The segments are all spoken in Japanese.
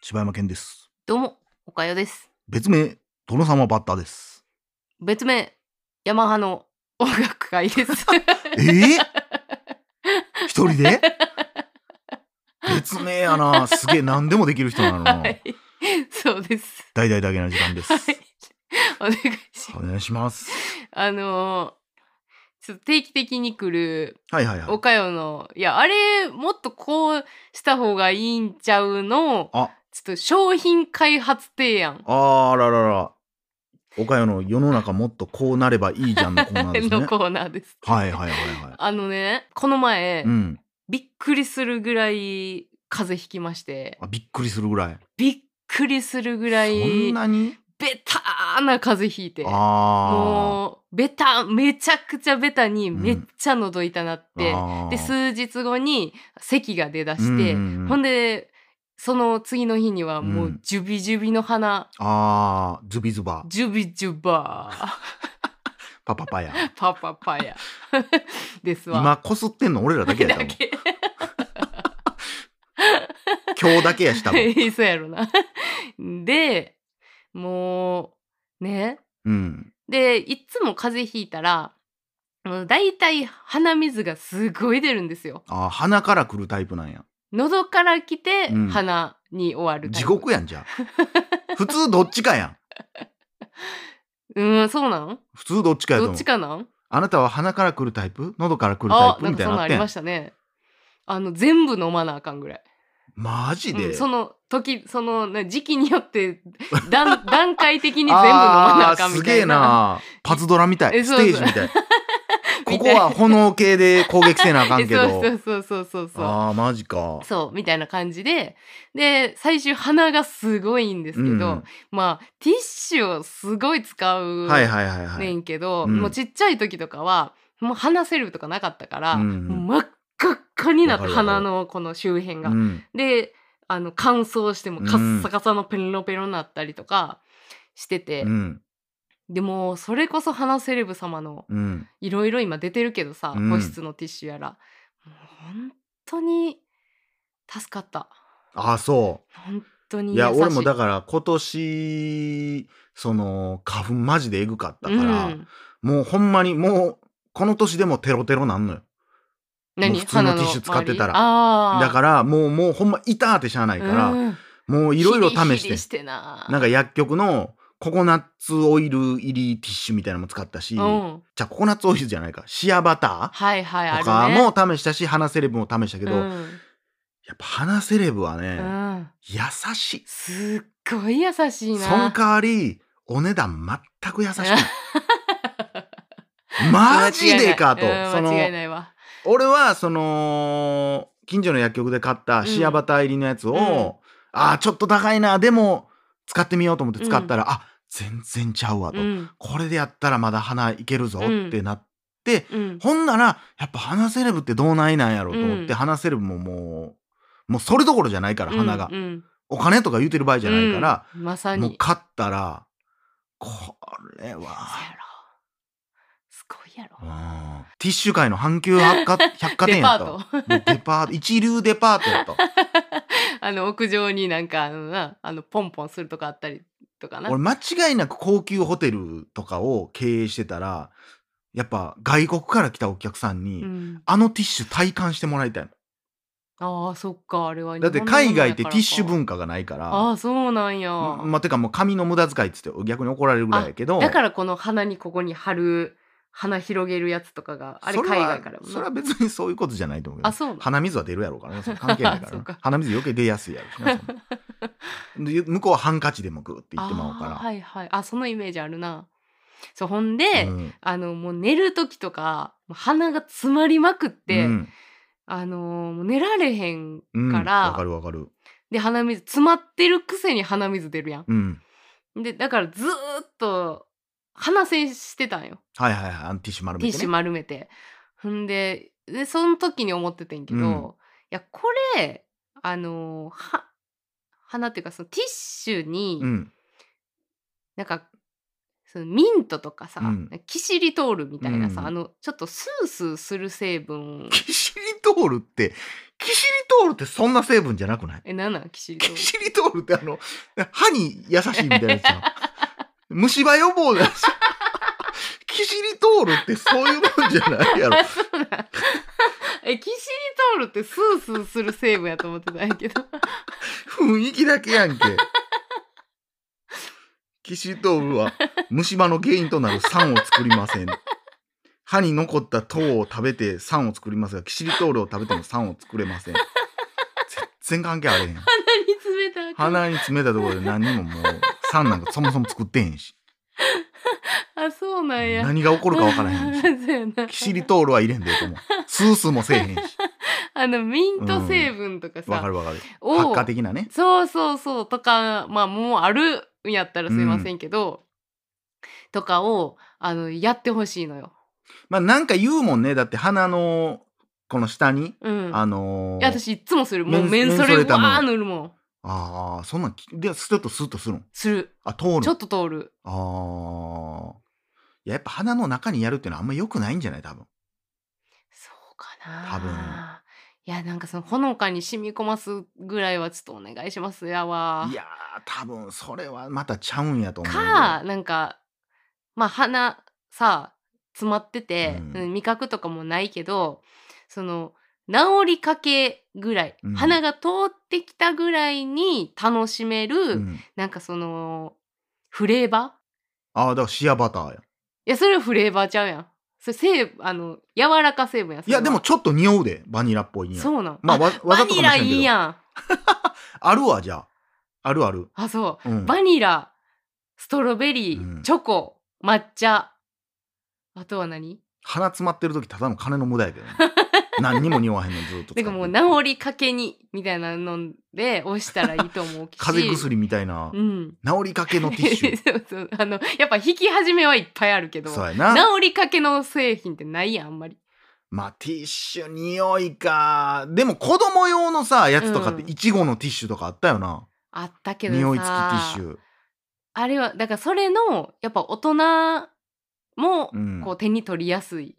柴山健です。どうも、おかよです。別名、殿様バッターです。別名、ヤマハの音楽会です。 え え一人で別名やな。すげえ、何でもできる人なの。はい。そうです。大々だけの時間ですは。い。お願いしお願いします。あのーちょっと定期的に来る、はいはいはおい。かよの、いや、あれ、もっとこうした方がいいんちゃうの、あ、ちょっと商品開発提案あーららら。岡山の世の中もっとこうなればいいじゃんのコーナーですね。 のコーナーです。はいはいはいはあのね、この前、い。うん。びっくりするぐらい風邪ひきまして、あびっくりするぐらい。びっくりするぐらい、そんなにベターな風邪ひいてあもうベタめちゃくちゃベタにうんめっちゃ喉痛なっーて、あー。で数日後に咳が出だしうんて、うんうんほんでその次の日にはもううんジュビジュビの花、ああ、ズビズバ、ジュビジュバーパパパや。パパパや ですわ。今こすってんの俺らだけや だ多分け今日だけやし多分 そうやろな。でもうねうんでいつも風邪ひいたらもう大体鼻水がすごい出るんですよ。あー鼻から来るタイプなんや喉から来てうん鼻に終わるタイ地プ、獄やんじゃあ普通どっちかやんうんそうなん普通どっちかやとど思っうちかなんあなたは鼻から来るタイプ喉から来るタあイなプんみかたいそんになんなあっりてんましたねあの全部飲まなあかんぐらい、マジうで、んその時そのね時期によって段 段階的に全部飲まなあかんみたいなあーすげえなパズドラみたいえスそうそうテージみたい みたいここは炎系で攻撃せなあかんけどえ そうそうそうそうそうそうあーマジかそうみたいな感じでで最終鼻がすごいんですけど、うんまあティッシュをすごい使うはいはいはいはい、ねんけど、うんもうちっちゃい時とかはもう話せるとかなかったから、うんもう真っ赤っかになっわてかるわかる鼻のこの周辺うが。ん、であの乾燥してもうんカッサカサのペロペロになったりとかしてて、うんでもそれこそ鼻セレブ様のうんいろいろ今出てるけどさ、うん保湿のティッシュやらもう本当に助かったああそう本当にい優しいや俺もだから今年その花粉マジでえぐかったから、うんもうほんまにもうこの年でもテロテロなんのよ何普通の鼻ティッシュ使ってたら周りあだからもうもうほんま痛ーってしゃあないから、もういろいろ試ヒしリヒリてしてななんか薬局のココナッツオイル入りティッシュみたいなのも使ったし、うん、じゃあココナッツオイルじゃないかシアバタはいはいあーるとねかも試したし、鼻セレブも試したけど、うやんっぱ鼻セレブはね、うん優しいすっごい優しいなその代わりお値段全く優しくない マジでかと、間違いないそうんの間違いないわ俺はその近所の薬局で買ったシアバター入りのやつを、うんうんあーちょっと高いなでも使ってみようと思って使ったら、あ全然ちゃうわと、うんこれでやったらまだ鼻いけるぞってなって、うんほんならやっぱ鼻セレブってどうないなんやろうと思って、うん鼻セレブももうもうそれどころじゃないから鼻が、うんうんお金とか言うてる場合じゃないから、うんまさにもう買ったらこれそうやは、ろすごいやろうん、ティッシュ界の阪急百貨百貨店 デやパっーたわトもうデパート一流デパートや ったわあの屋上になんかあのなあのポンポンするとかあったりとかな俺間違いなく高級ホテルとかを経営してたらやっぱ外国から来たお客さんに、うんあのティッシュ体感してもらいたいのああそっかあれはだって海外って日ティ本のもんやからかッシュ文化がないからああそうなんや、ままあてかもう紙の無駄遣いっつって逆に怒られるぐらいやけどだからこの鼻にここに貼る鼻広げるやつとかがあれそは海外からもなそれは別にそういうことじゃないと思うけどあそうなの鼻水は出るやろうからねそれ関係 ないかそらうねか鼻水余計出やすいやろうしなそんなで向こうはハンカチでもグーって言ってまうあーかはいはいあそのイメージあるなそうほんらで、うんあのもう寝る時とかもう鼻が詰まりまくって、うんあのーもう寝られへんうんかわらかるわかるで鼻水詰まってるくせに鼻水出るやうんんでだからずーっと鼻栓してたんよはいはいはいあのティッシュ丸ティめッてシュね丸めてほんででその時に思っててんけど、うんいやこれあのーは鼻っていうかそのティッシュに、うんなんかそのミントとかさ、うんキシリトールみたいなさ、うん あのちょっとスースーする成分キシリトトールって、キシリトールってそんな成分じゃなくないえ、なんなんキシリトーキル。シリトールってあの、歯に優しいみたいなやつじゃん。虫歯予防だ し。キシリトールってそういうもんじゃないやろあ、。そうなん。 え、キシリトールってスースーする成分やと思ってたんやけど。雰囲気だけや んけ。キシリトールは虫歯の原因となる酸を作りません。歯に残った糖を食べて酸を作りますが、キシリトールを食べても酸を作れません。全然関係あれへん。鼻に冷たい。鼻に詰めたところで何にももう酸なんかそもそも作ってへんし、あ、そうなんや。何が起こるかわからへんし。 そうやなキシリトールは入れんでええと思う。スースーもせえへんし。あのミント成分とかわかさ、るわかる。を発火的なね。そうそうそうとかまあもうあるんやったらすいませんけど、とかをあのやってほしいのよ。まあなんか言うもんね。だって鼻の、この下に、うん。あのーいや私いつもするもうメメンンソレメンソレわたもんー塗るもんああ、そんなんき、で、スッとスッとするん。するあ、通るん。ちょっと通るああ。いや、やっぱ鼻の中にやるってのはあんま良くないんじゃない多分。そうかな多分いやなんかそのほのかに染み込ますぐらいはちょっとお願いしますやわいやー、多分、それはまたちゃうんやと思う。かなんかまあ鼻さ詰まってて、うんうん味覚とかもないけどその治りかけぐらい、うん鼻が通ってきたぐらいに楽しめる、うん。なんかそのフレーバーああ、だからシアバターや。いやそれはフレーバーちゃうやんそれ成分あの柔らか成分やそいれはや、でもちょっと匂うで、バニラっぽい匂い。そうなん、まあ、わわざバとニかもしラれんいいけど。やんあるわ、じゃあ。あるある。あそううん。バニラ、ストロベリー、うんチョコ、抹茶。あとは何鼻詰まってる時ただの金の無駄やけど ね、何にも匂わへんのずっと使ってなんかもう治りかけにみたいなので押したらいいと思うし。 風邪薬みたいなうん。治りかけのティッシュ そうそうあのやっぱ引き始めはいっぱいあるけどそ治うやなりかけの製品ってないやんあんまりまあティッシュ匂いかでも子供用のさやつとかってうんいちごのティッシュとかあったよな、あったけどさ匂い付きティッシュあれはだからそれのやっぱ大人もうんこう手に取りやすい、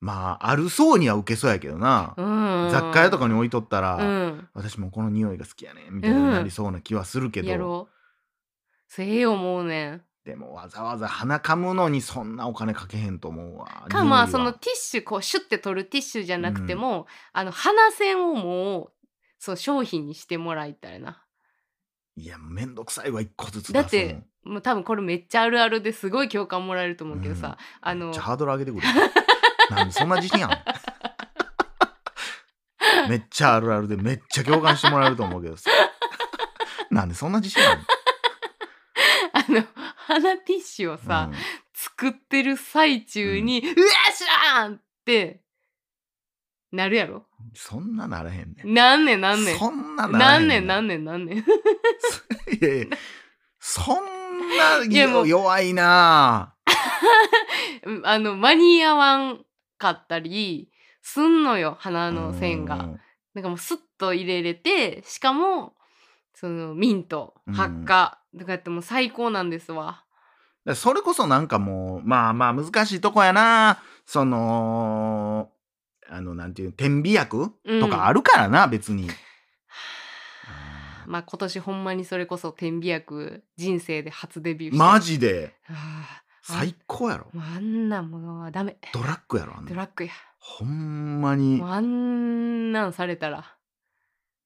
まああるそうには受けそうやけどな、うん、雑貨屋とかに置いとったら、うん私もこの匂いが好きやねんみたいになりそうな気はするけど、やろうそうええ思うねんでもわざわざ鼻かむのにそんなお金かけへんと思うわかまあ匂そいはのティッシュこうシュッて取るティッシュじゃなくても、あの鼻栓をもうそう商品にしてもらいたいないやめんどくさいわ一個ずつ出すのだってもう多分これめっちゃあるあるですごい共感もらえると思うけどさ、あめのっちゃハードル上げてくる。なんでそんな自信あんめっちゃあるあるでめっちゃ共感してもらえると思うけどさ。なんでそんな自信あん あの鼻ティッシュをさ、うん作ってる最中に「うわ知らん!」ってなるやろそんなならへんねん。なんねんなんねんそんなならなへんんねんなんんねんなんねんいやいやそんないやもう弱いなあの間に合わんかったりすんのよ鼻あの線が。なんかもうスッと入れれてしかもそのミントうん発火とかやってもう最高なんですわ。だからそれこそなんかもうまあまあ難しいとこやなそのあのなんていう点鼻薬うんとかあるからな、別に。まあ今年ほんまにそれこそ天秤薬人生で初デビューしてマジではあ最高やろもうあんなものはダメドラッグやろあんドなラッグやほんまにもうあんなんされたら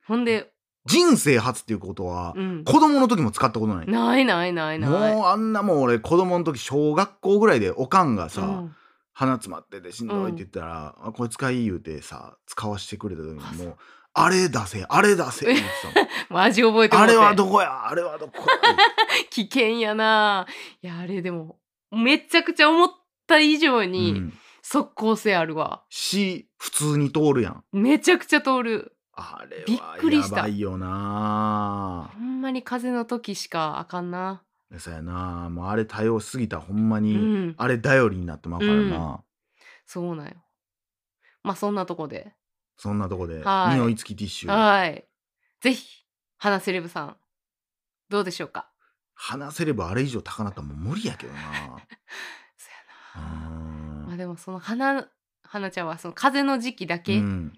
ほんで人生初っていうことは、うん子供の時も使ったことないないないないないもうあんなもん俺子供の時小学校ぐらいでおかんがさ、うん鼻詰まっててしんどいって言ったら「あこれ使い」言うてさ使わしてくれた時にもう「あれ出せあれ出せ」って言 ってたもんもう味覚えてもあうてれはどこやあれはどこや危険やないやあれでもめちゃくちゃ思った以上うに、ん、即効性あるわし普通に通るやんめちゃくちゃ通るあれびっはくりやしたばいよなほんまに風邪の時しかあかんなそうやなもうあれ対応しすぎたらほんまうに、んあれ頼りになってまうからな、そうなんよまあそんなとこでそんなとこで、はい匂い付きティッシュ。はいぜひ花セレブさんどうでしょうか話せればあれ以上 高なったらもう無理やけどな。そうやなまーあんでもその花花ちゃんはその風の時期だけうっん、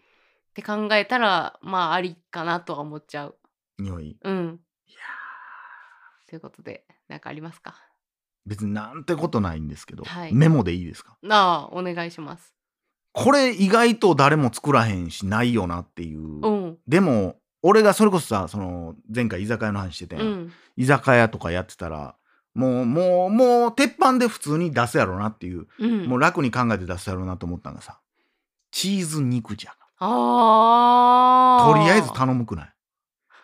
て考えたら、まあありかなとは思っちゃう。匂いうん。いやということで何かありますか別になんてことないんですけど、はいメモでいいですかなあお願いします。これ意外と誰も作らへんしないよなっていう、うん。でも俺がそれこそさその前回居酒屋の話してたや、うんん。居酒屋とかやってたらもうもうもう鉄板で普通に出すやろうなっていう、うん。もう楽に考えて出すやろうなと思ったのがさチーズ肉じゃあがあ。とりあえず頼むくない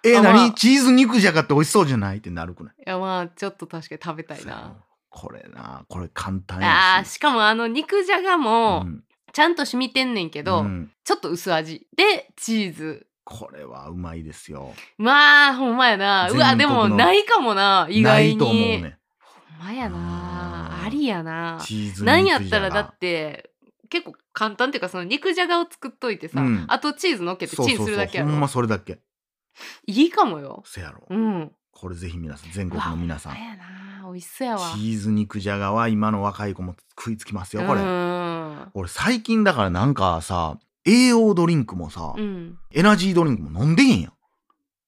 えあまあ何、チーズ肉じゃがって美味しそうじゃないってなるくないいやまあちょっと確かに食べたいそうやな。ろこれなこれ簡単あやーしかもあの肉じゃがもうんちゃんと染みてんねんけど、うんちょっと薄味でチーズこれはうまいですよまあほんまやなうわ全で国のもないかもな意外にないと思うねほんまやなうんありやなチーズ肉じゃがなんやったらだって結構簡単っていうかその肉じゃがを作っといてさ、うんあとチーズのっけてチそうそうンそうするだけやほろんまそれだけいいかもよせやろ、うんこれぜひ皆さん全国の皆さんうわほんまやな美味しそうやわチーズ肉じゃがは今の若い子も食いつきますよこれ、うん俺最近だからなんかさ栄養ドリンクもさ、うんエナジードリンクも飲んでへんやん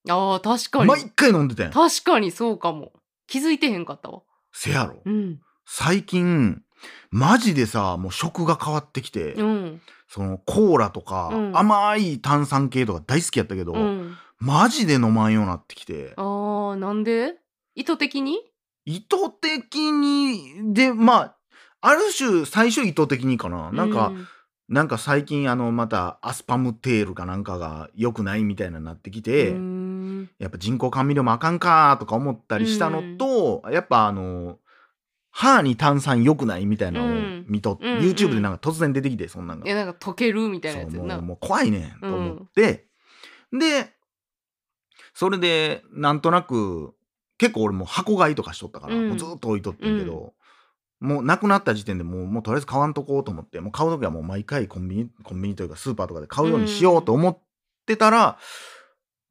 あー確かに毎回飲んでたやん確かにそうかも気づいてへんかったわせやろうん最近マジでさもう食が変わってきて、うんそのコーラとか、うん甘い炭酸系とか大好きやったけど、うんマジで飲まんようになってきてあーなんで意図的に意図的にでまあある種最初意図的にかななんか、なんか最近あのまたアスパムテールかなんかが良くないみたいなのになってきうて、んやっぱ人工甘味料もあかんかとか思ったりしたのと、やっぱあの歯に炭酸良くないみたいなのを見とっ、うんうん YouTube でなんか突然出てきてそんなんいが、やなんか溶けるみたいなやつそうやもなうもう怖いねんと思って、でそれでなんとなく結構俺もう箱買いとかしとったから、うんもうずっと置いとってんけど、もうなくなった時点でもうもうとりあえず買わんとこうと思ってもう買う時はもう毎回コンビニコンビニというかスーパーとかで買うようにしようと思ってたら、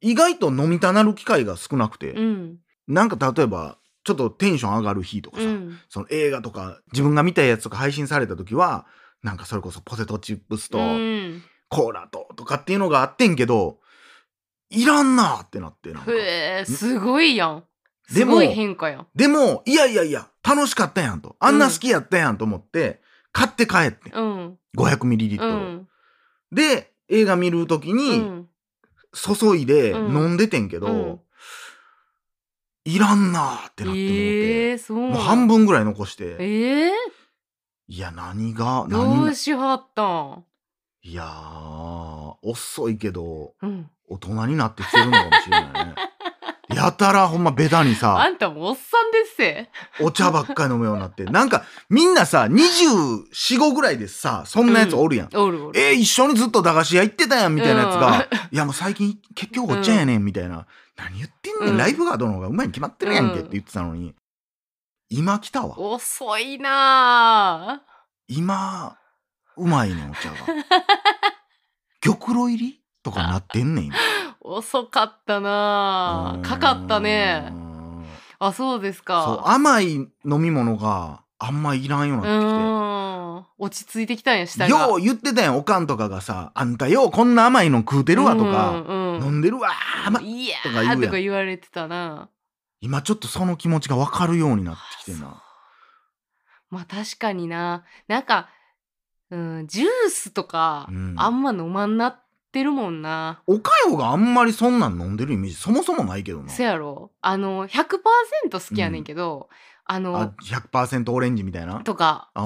意外と飲みたなる機会が少なくて、うんなんか例えばちょっとテンション上がる日とかうさ、んその映画とか自分が見たやつとか配信された時はなんかそれこそポテトチップスと、うんコーラととかっていうのがあってんけどいらんなってなってなんかふえすごいやんですもごい変化やんでもいやいやいや楽しかったやんとあんな好きやったやんと思って、買って帰ってんうんう 500ml、んで映画見る時うにん注いでうん飲んでてんけど、うんいらんなってなってもうて、えーそうなんもう半分ぐらい残して、えーいや何がど何がうしはったんいやー遅いけどうん大人になってきてるのかもしれないね やたらほんまベタにさあんたもおっさんですせお茶ばっかり飲むようになって。なんか、みんなさ、24、5ぐらいでさ、そんなやつおるやん。おるおるえー一緒にずっと駄菓子屋行ってたやんみたいなやつが、 いやもう最近結局おっちゃんやねんみたいな、何言ってんねん、うんライフガードの方がうまいに決まってるやんけっうんて言ってたのに、今来たわ。遅いなあ今、うまいねん、お茶 が。玉露入りとかなってんねん。今遅かったなあかかったねうんあそうですそうか、甘い飲み物があんまいらんようにうなってきて。ーん落ち着いてきたんや下がよう言ってたやんおかんとかがさ「あんたようこんな甘いの食うてるわ」とか「うんうん飲んでるわ甘いいやとか言うやんーとか言われてたな今ちょっとその気持ちが分かるようになってきてんなあそうまあ確かにななんか、うん、ジュースとか、うんあんま飲まんなってるもんなおかよがあんまりそんなん飲んでるイメージそもそもないけどなせやろあの100%好きやねんけど、ああの100%オレンジみたいなとかあー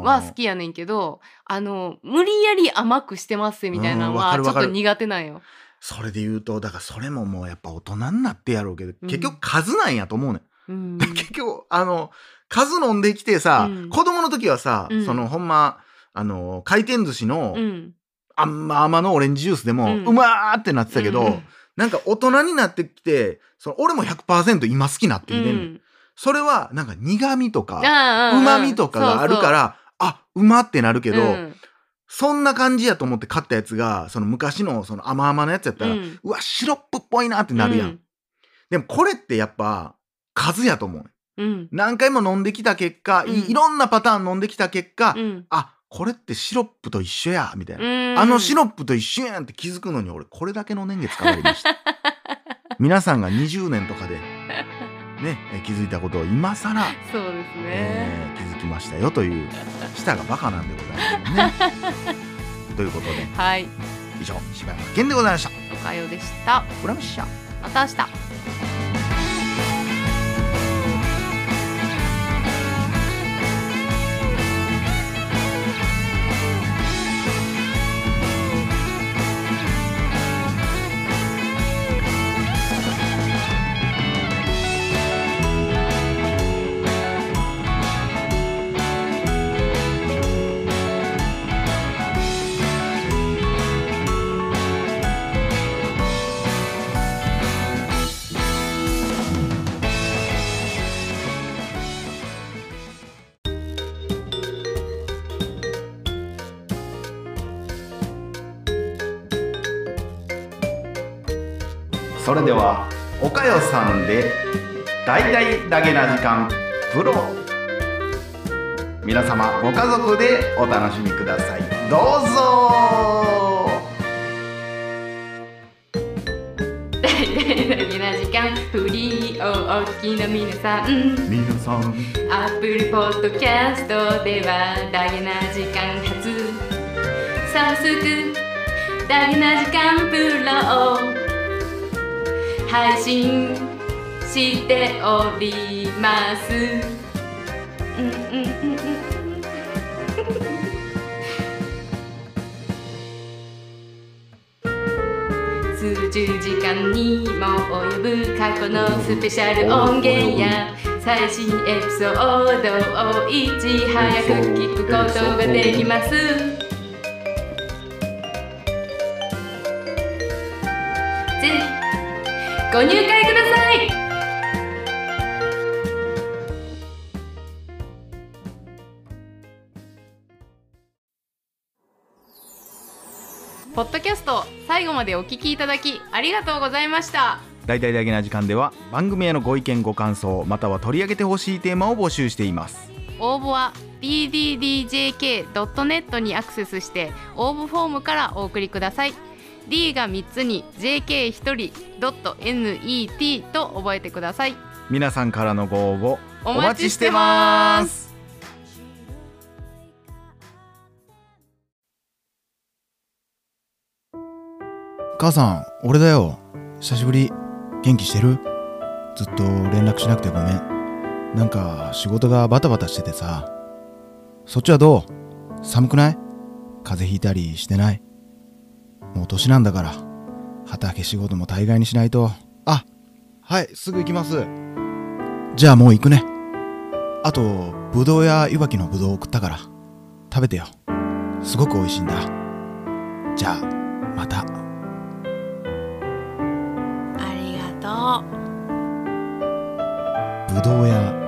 は好きやねんけどあの無理やり甘くしてますってみたいなのうんわはかるちょわっかると苦手なんよ。それで言うとだからそれももうやっぱ大人になってやろうけど、うん結局数なんやと思うねんうん、 結局あの数飲んできてさ、うん子供の時はさ、うんそのほんまあの回転寿司の、うんあんま甘のオレンジジュースでも、ううんまーってなってたけど、うんなんか大人になってきてその俺も100%今好きになってきてんねん、それはなんか苦味とかうまみとかがあるかららあうまってなるけけど、そんな感じやと思って買ったやつがその昔のその甘々のやつやったら、うわシロップっぽいなってなるやん、でもこれってやっぱ数やと思うねうん何回も飲んできた結果、いうんいろんなパターン飲んできた結果、うんあこれってシロップと一緒やみたいな、うんあのシロップと一緒やんって気づくのに俺これだけの年月かかりました皆さんが20年とかでねえ気づいたことを今更そうですね、えー気づきましたよという舌がバカなんでございますねということではい以上柴山健でございましたおかようでしたフラムシャまた明日 それでは岡代さんで大々だけな時間プロ皆様ご家族でお楽しみくださいどうぞ大な時間フリーをお聞きの皆さん皆さんアップルポッドキャストではダゲな時間発早速ダゲな時間プロを配信しておりますうんうんうんうん数十時間にも及ぶ過去のスペシャル音源や最新エピソードをいち早く聞くことができますぜひご入会くださいポッドキャスト最後までお聞きいただきありがとうございました大々だけな時間では番組へのご意見ご感想または取り上げてほしいテーマを募集しています応募は ddjk.net にアクセスして応募フォームからお送りください D が3つに JK1 人 .net と覚えてください皆さんからのご応募お待ちしてます母さん俺だよ久しぶり元気してるずっと連絡しなくてごめんなんか仕事がバタバタしててさそっちはどう寒くない風邪ひいたりしてないもう年なんだから畑仕事も大概にしないとあはいすぐ行きますじゃあもう行くねあとぶどうやいわきのぶどう送ったから食べてよすごく美味しいんだじゃあまた。ありがとうぶどうや